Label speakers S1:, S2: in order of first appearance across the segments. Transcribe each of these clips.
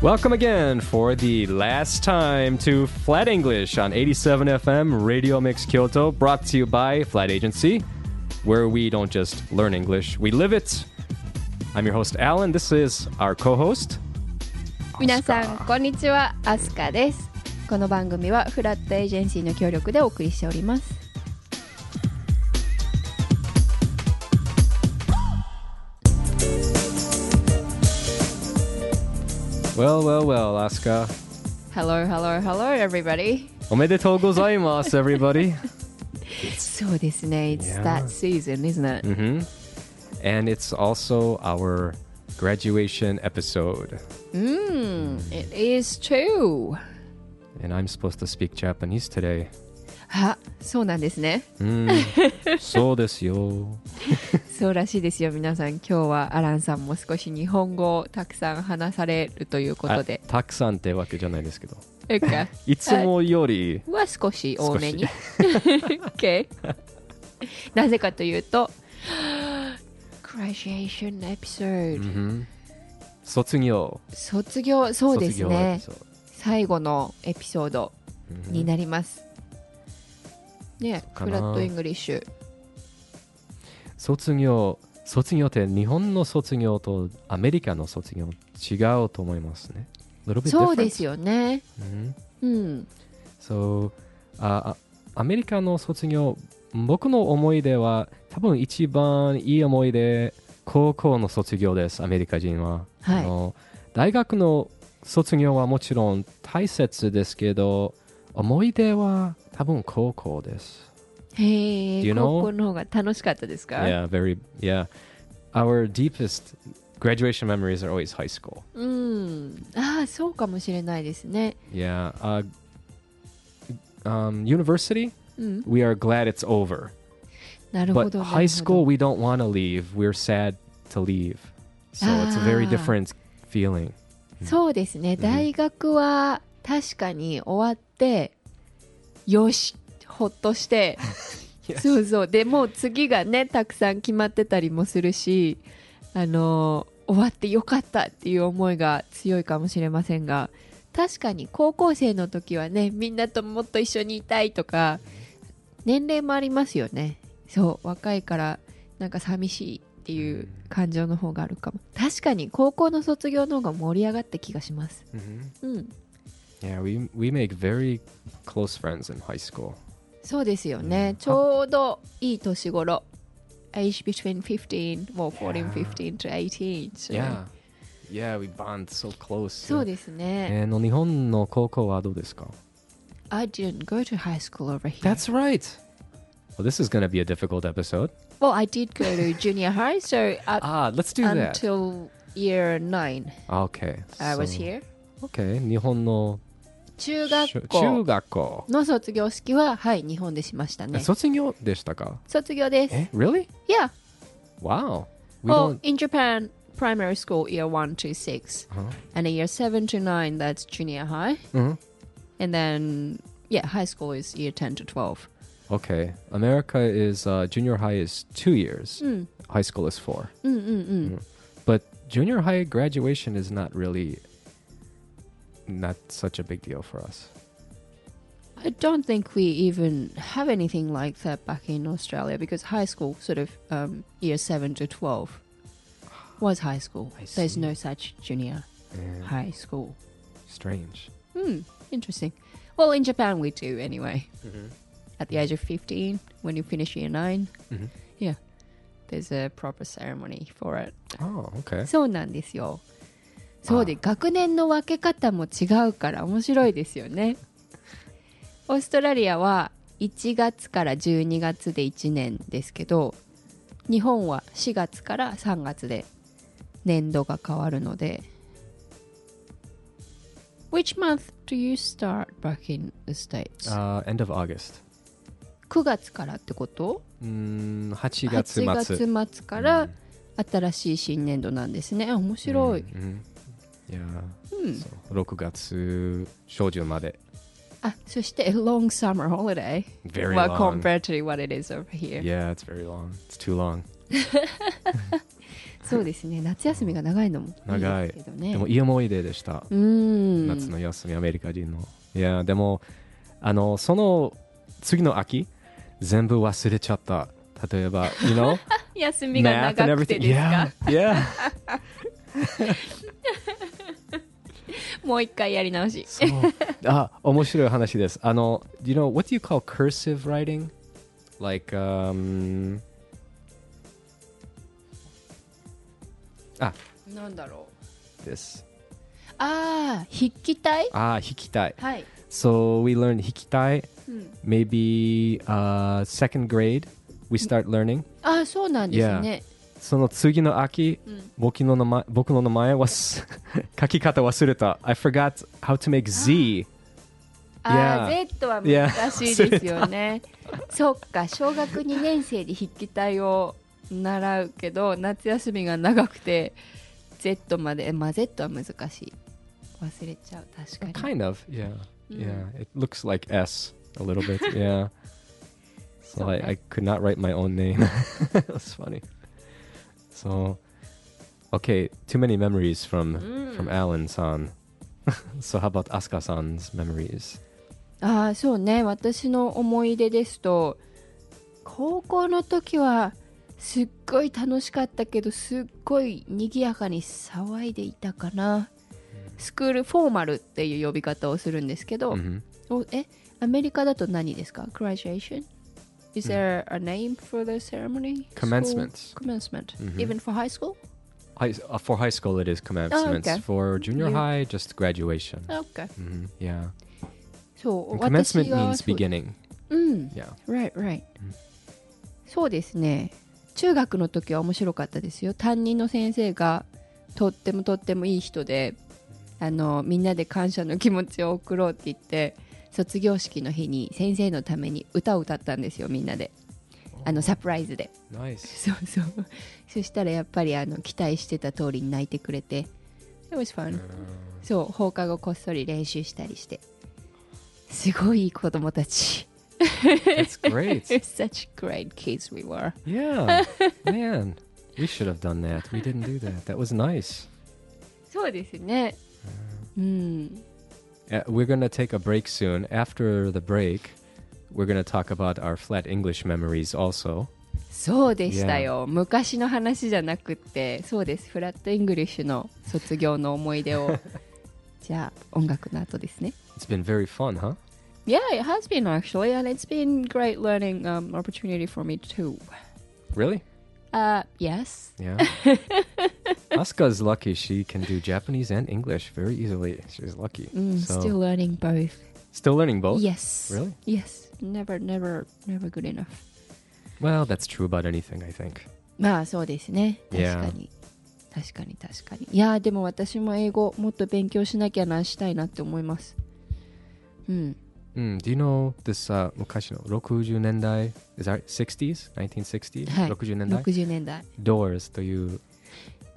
S1: Welcome again for the last time to Flat English on 87 FM Radio Mix Kyoto, brought to you by Flat Agency, where we don't just learn English, we live it. I'm your host, Alan. This is our co host.
S2: 皆さんこんにちはアスカですこの番組はフラットエージェンシーの協力でお送りしております
S1: Well, well, well, Asuka.
S2: Hello hello hello everybody
S1: Omedetou gozaimasu, everybody.
S2: そうですね It's
S1: Yeah.
S2: that season isn't it
S1: hmm And it's also our graduation episode.
S2: Mm, it is true
S1: And I'm supposed to speak Japanese today. Hmm.
S2: あそうなんですね
S1: so this yo.
S2: そうらしいですよ皆さん今日はアランさんも少し日本語をたくさん話されるということで
S1: たくさんってわけじゃないですけど。
S2: うか
S1: いつもより、
S2: は少し多めに
S1: 少
S2: OK なぜかというと Graduation episode、
S1: うん卒業。
S2: 卒業そうですね
S1: 卒業エピソード
S2: 最後のエピソード
S1: うん
S2: になります、ね
S1: か
S2: フ
S1: な
S2: ラットイングリッシュ
S1: 卒業。卒業って日本の卒業とアメリカの卒業違うと思いますね。Little bit
S2: そうです
S1: different.
S2: よね
S1: うん
S2: うん
S1: そうああアメリカの卒業僕の思い出は多分一番いい思い出高校の卒業ですアメリカ人は、
S2: はい
S1: あの大学の卒業はもちろん大切ですけど思い出は多分高校です
S2: へ
S1: Do
S2: え
S1: you know?
S2: 高校の方が楽しかったですか、
S1: Yeah very yeah our deepest graduation memories are always high school
S2: うんああそうかもしれないですね
S1: yeah uh, um, university
S2: うん
S1: we are glad it's over
S2: なるほ
S1: but
S2: どなるほど
S1: high school we don't want to leave we're sad to leave so it's a very
S2: Ah.
S1: different feeling
S2: そうですね、
S1: ん
S2: 大学は確かに終わってよしほっとして
S1: Yes.
S2: そうそうでもう次がねたくさん決まってたりもするしあのー終わってよかったっていう思いが強いかもしれませんが確かに高校生の時はねみんなともっと一緒にいたいとか年齢もありますよねそう若いからなんか寂しいっていう感情の方があるかも確かに高校の卒業の方が盛り上がった気がします
S1: hmm
S2: うん
S1: yeah we, we make very close friends in high school
S2: そうですよね、
S1: うん
S2: ちょうどいい年頃 age between 15 or 14
S1: Yeah.
S2: 15 to 18 so-
S1: yeah yeah we bond so close
S2: そうですね、
S1: えーの日本の高校はどうですか
S2: I didn't go to high school over here
S1: That's right well this is going to be a difficult episode
S2: well I did go to junior high so up
S1: ah let's do that
S2: until year 9
S1: okay
S2: Um, I was
S1: so-
S2: here
S1: okay 日本の
S2: 中
S1: しゅ
S2: 学
S1: 中
S2: 校
S1: 学校
S2: の卒業式ははい日本でしましたね
S1: 卒業でしたか
S2: 卒業です
S1: え Eh, really
S2: Yeah
S1: wow we don't
S2: Well, Oh, in Japan, primary school year one to six,
S1: Uh-huh.
S2: and a year seven to nine that's junior high,
S1: Mhm.
S2: and then yeah, high school is year ten to twelve.
S1: Okay. America is uh, junior high is two years.
S2: Mm.
S1: High school is four. Mm. But junior high graduation is not really not such a big deal for us.
S2: I don't think we even have anything like that back in Australia because high school sort of um, year seven to twelve was high school.
S1: I
S2: There's
S1: see.
S2: no such junior
S1: Yeah.
S2: high school.
S1: Strange.
S2: Hmm, interesting. Well, in Japan we do anyway. At the age of 15, when you finish year 9,
S1: Mhm.
S2: yeah, there's a proper ceremony for it.
S1: Oh, okay.
S2: そうなんですよ。そうで、学年の分け方も違うから面白いですよね。オーストラリアは1月から12月で1年ですけど、日本は4月から3月で年度が変わるので。Which month do you start back in the States?、
S1: Uh, end of August.
S2: 9月からってこと
S1: うん8月末
S2: ?8 月末から新しい新年度なんですね。あ
S1: Mm-hmm.
S2: 面白い。
S1: うんうんいやー
S2: うん
S1: そう6月初旬まで
S2: あそして long summer holiday
S1: Very
S2: well
S1: long.
S2: compared to what it is over here、
S1: Yeah, it's very long. It's too long.
S2: そうですね夏休みが長いのも
S1: 長い
S2: ですけどね
S1: でも、イエモイデーでした。
S2: うーん
S1: 夏の休み、アメリカ人の。いや、でも、あの、その次の秋、全部忘れちゃった。例えば、you know?
S2: 休みが長くてですか
S1: Yeah, yeah.
S2: もう一回やり直し
S1: そう。あ、面白い話です。あの、you know, what do you call cursive writing? Like, um... あ、
S2: なんだろ
S1: this.
S2: うああ筆記体
S1: あ、引きたい。
S2: はい、
S1: So we learned 引きたい。
S2: うん、
S1: maybe uh, second grade we start learning
S2: ああそうなんですね、
S1: その次の秋、
S2: うん
S1: 僕の名前僕の名前は 書き方忘れた I forgot how to make Z
S2: ああ、
S1: Yeah.
S2: Z は難しいですよね。そっか、小学2年生で筆記体を習うけど、夏休みが長くて、Z まで、まあ Z は難しい。忘れちゃう、確かに。
S1: kind of yeah
S2: Mm.
S1: yeah it looks like S a little bit yeah so I,
S2: Okay.
S1: I could not write my own name that's funny so okay too many memories from
S2: Hmm.
S1: from Alan san so how about Asuka san's memories
S2: ああ、そうね、私の思い出ですと、高校の時は、すっごい楽しかったけど、すっごい賑やかに騒いでいたかな。スクールフォーマルっていう呼び方をするんですけど、
S1: Mhm.
S2: おえアメリカだと何ですか ?graduation? Is there a name for the ceremony?
S1: Commencement.
S2: School- Commencement. Even for high school?
S1: High, uh, for high school, it is commencement.
S2: Oh, okay.
S1: For junior
S2: You-
S1: high, just graduation.
S2: Okay.
S1: hmm Yeah.
S2: So,
S1: And commencement
S2: 私が
S1: means
S2: そう
S1: beginning.
S2: うん。
S1: Yeah.
S2: Right, right. そうですね。中学の時は面白かったですよ。担任の先生がとってもとってもいい人で、あのみんなで感謝の気持ちを送ろうって言って、卒業式の日に先生のために歌を歌ったんですよ、みんなで。あのサプライズで。
S1: Nice.
S2: そうそう。そしたらやっぱりあの期待してた通りに泣いてくれて。It was
S1: Uh,
S2: fun. そう、放課後こっそり練習したりして。すごいいい子供た ち。
S1: That's great.
S2: Such great kids we were.
S1: yeah. Man, we should have done that. We didn't do that. That was nice.
S2: そうですね。うん。
S1: Uh, we're going to take a break soon. After the break, we're going to talk about our flat English memories also.
S2: そうでしたよ。昔の話じゃなくって、そうです。フラットイングリッシュの卒業の思い出 を。じゃあ、音楽の後ですね。
S1: It's been very fun, huh?
S2: Yeah, it has been actually, and it's been great learning um, opportunity for me too.
S1: Really?
S2: Uh, yes.
S1: Yeah. Asuka's lucky she can do Japanese and English very easily. She's lucky.
S2: Mm,
S1: So-
S2: Still learning both.
S1: Still learning both?
S2: Yes.
S1: Really?
S2: Yes. Never, never, never good enough.
S1: Well, that's true about anything, I think.
S2: まあそうですね。確
S1: Yeah.
S2: かに。確かに確かに。いやーでも私も英語もっと勉強しなきゃなしたいなって思います。うん。
S1: Mm, do you know this uh, 昔の60年代 is that 60s? 1960s?
S2: はい。
S1: 60年代
S2: 60年代。
S1: ?Doors という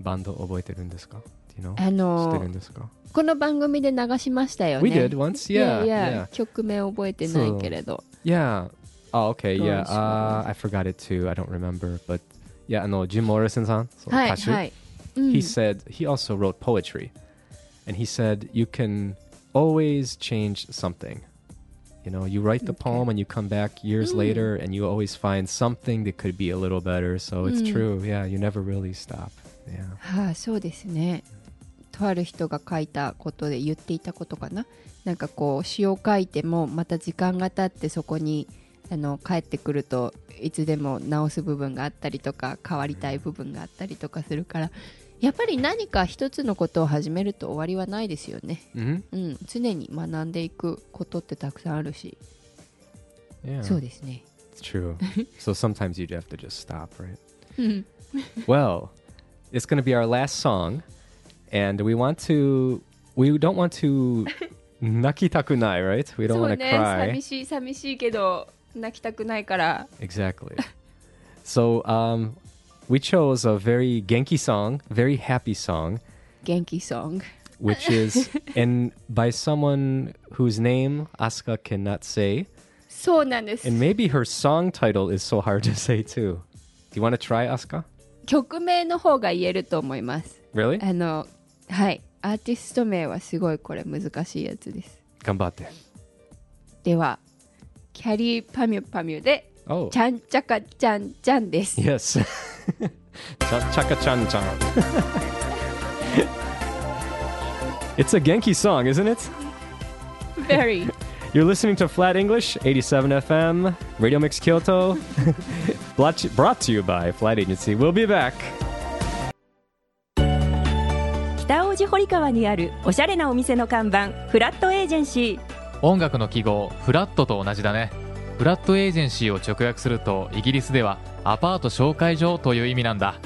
S1: バンド覚えてるんですか Do you know?
S2: あ
S1: 知って
S2: の
S1: るん
S2: ー、
S1: ですか
S2: この番組で流しましたよね。
S1: We did once, Oh. yeah.
S2: Yeah,
S1: Yeah.
S2: yeah. 曲名覚えてないけれど。
S1: Yeah. Oh, okay, yeah. Uh,
S2: Doors は
S1: I forgot it too. I don't remember. But yeah, あの Jim Morrison さん、そう
S2: はい
S1: 歌手
S2: はい。うん。
S1: he said he also wrote poetry and he said you can always change something you know you write the poem and you come back years later and you always find something that could be a little better so it's true yeah you never really stop yeah
S2: はあそうですねとある人が書いたことで言っていたことかななんかこう詩を書いてもまた時間が経ってそこにあの帰ってくるといつでも直す部分があったりとか変わりたい部分があったりとかするからやっぱり何か一つのことを始めると終わりはないですよね、
S1: mm-hmm.
S2: うん、常に学んでいくことってたくさんあるし、
S1: yeah
S2: そうですね
S1: it's true so sometimes you have to just stop right
S2: うん
S1: well it's going to be our last song and we want to we don't want to nakitakunai right we don't
S2: そう
S1: want to
S2: ね
S1: cry
S2: 寂しい寂しいけど泣きたくないから
S1: Exactly. so um, we chose a very Genki song, very happy song,
S2: 元気ソング
S1: which is and by someone whose name Asuka cannot say,
S2: そうなんです
S1: and maybe her song title is so hard to say too. Do you want to try Asuka?
S2: 曲名の方が言えると思います
S1: Really?
S2: あのはいアーティスト名はすごいこれ難しいやつです
S1: 頑張って。
S2: ではキャリーパミュパミュで
S1: Oh.
S2: ちゃんちゃかちゃんちゃんです
S1: Yes. Cha- Chaka chan chan. It's a Genki song, isn't it?
S2: Very
S1: You're listening to Flat English, 87 FM, Radio Mix Kyoto. brought, to, brought to you by Flight Agency. We'll be back.
S3: 北大路堀川にあるおしゃれなお店の看板フラットエージェンシ
S4: 音楽の記号フラットと同じだねフラットエージェンシーを直訳するとイギリスではアパート紹介所という意味なんだ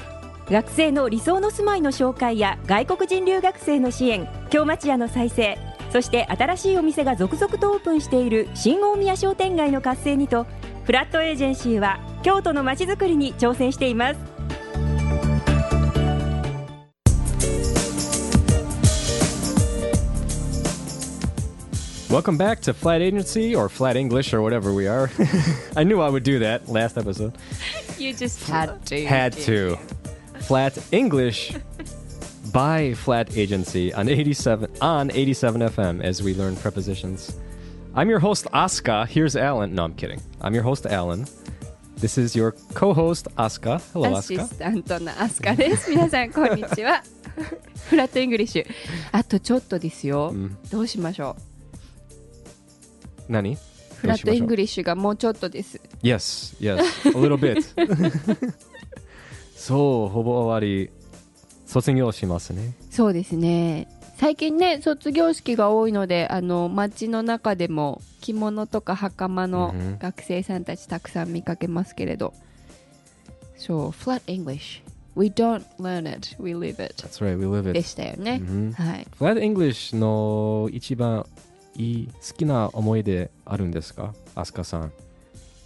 S3: ー学生の理想の住まいの紹介や外国人留学生の支援京町屋の再生そして新しいお店が続々とオープンしている新大宮商店街の活性にとフラットエージェンシーは京都のまちづくりに挑戦しています
S1: Welcome back to Flat Agency or Flat English or whatever we are. I knew I would do that last episode.
S2: You just had to
S1: Had to. Flat English by Flat Agency on 87 on 87 FM as we learn prepositions. I'm your host Asuka. Here's Alan. No, I'm kidding. I'm your host Alan. This is your co-host Asuka. Hello
S2: アシ
S1: Asuka.
S2: スタントのアスカです。皆さんこんにち は。フラットイングリッシュ。あとちょっとですよ。どうしましょ
S1: Nani?
S2: う。フラットイングリッシュがもうちょっとです。
S1: Yes, yes. A little bit. そう、ほぼ終わり。卒業しますね。
S2: そうですね。最近ね卒業式が多いのであの街の中でも着物とか袴の
S1: うん
S2: 学生さんたちたくさん見かけますけれど。そう、フラットイングリッシュ。We don't learn it, we live it.
S1: That's right, we live
S2: で
S1: it.
S2: したよね。
S1: うん
S2: はい。
S1: フラット・イングリッシュの一番いい好きな思い出あるんですかアスカさん。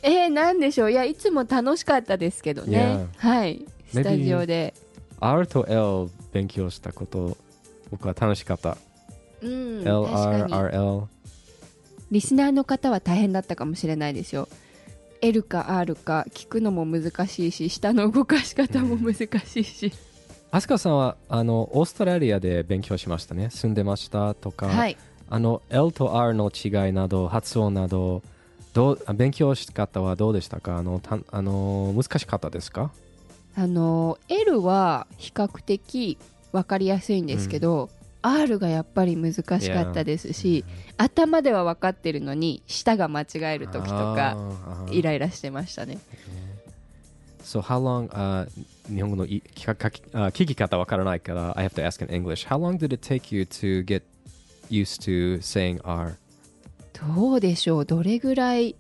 S2: えー、なんでしょういやいつも楽しかったですけど
S1: Yeah.
S2: ねはいスタジオで
S1: R と L 勉強したこと、僕は楽しかった。
S2: うん
S1: L、
S2: 確
S1: R、
S2: かに
S1: R、L。
S2: リスナーの方は大変だったかもしれないですよ L か R か聞くのも難しいし下の動かし方も難しいし、
S1: アスカさんはあのオーストラリアで勉強しましたね。住んでましたとか、
S2: はい
S1: あの L と R の違いなど、発音など、どうあ勉強し方はどうでしたかあのたあの難しかったですか
S2: あの L は比較的分かりやすいんですけど、R がやっぱり難しかったですし、頭では分かってるのに舌が間違える時とか
S1: あー
S2: イライラしてましたね
S1: So how long? Uh, 日本語のいかかきあ聞き方わからないから I have to ask in English. How long did it take you to get used to saying R?
S2: どうでしょうどれぐらい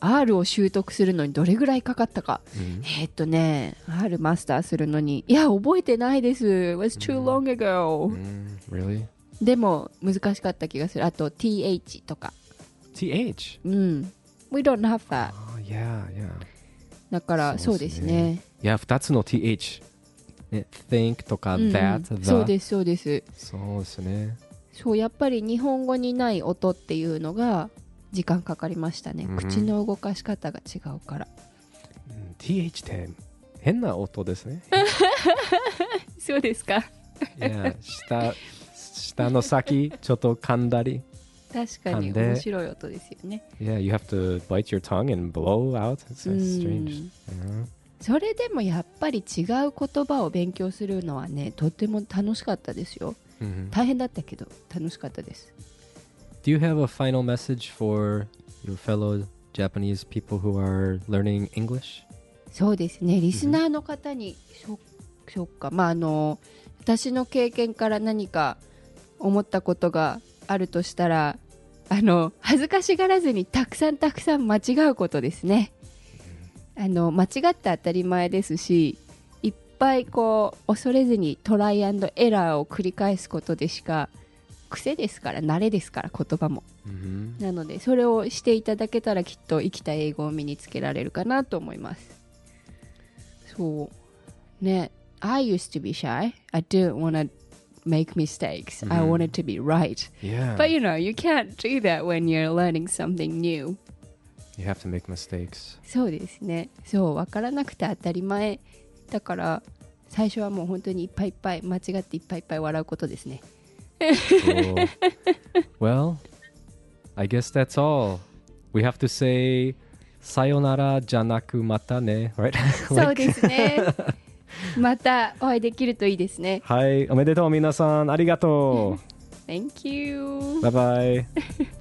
S2: R を習得するのにどれぐらいかかったか、えーっとね R マスターするのにいや覚えてないです It was too long ago、
S1: Really?
S2: でも難しかった気がするあと TH とか
S1: Th.
S2: うん We don't have that
S1: Oh yeah, yeah.
S2: だから
S1: そ
S2: そうう
S1: で
S2: ですす
S1: ね
S2: ね
S1: いや二つの th ね think とか
S2: うん
S1: that、the
S2: そうですそうです
S1: そうですね。
S2: そうやっぱり日本語にない音っていうのが時間かかりましたね、
S1: うん
S2: 口の動かし方が違うから
S1: うん th って変な音です ね。
S2: そうですか
S1: いや下下の先ちょっと噛んだり。
S2: 確かに
S1: なんで
S2: 面白い音ですよね
S1: Yeah, you have to bite your tongue and blow out. It's so
S2: Mm.
S1: strange. Yeah.
S2: それでもやっぱり違う言葉を勉強するのはねとても楽しかったですよ
S1: Mhm.
S2: 大変だったけど楽しかったです
S1: Do you have a final message for your fellow Japanese people who are learning English?
S2: そうですねリスナーの方に、そそっかまああの私の経験から何か思ったことがあるとしたらあの恥ずかしがらずにたくさんたくさん間違うことですねあの間違って当たり前ですしいっぱいこう恐れずにトライアンドエラーを繰り返すことでしか癖ですから慣れですから言葉も
S1: Mm-hmm.
S2: なのでそれをしていただけたらきっと生きた英語を身につけられるかなと思いますそうね I used to be shy I didn't want to make mistakes、I wanted to be right
S1: Yeah.
S2: but you know you can't do that when you're learning something new
S1: You have to make mistakes.
S2: そうですねそうわからなくて当たり前だから最初はもう本当にいっぱいいっぱい間違っていっぱいいっぱい笑うことですね
S1: Cool. well, I guess that's all. We have to say sayonara janaku mata ne, right?
S2: そうですねまたお会いできるといいですね
S1: はい、おめでとう皆さん、ありがと
S2: Thank you
S1: う。バイバイ。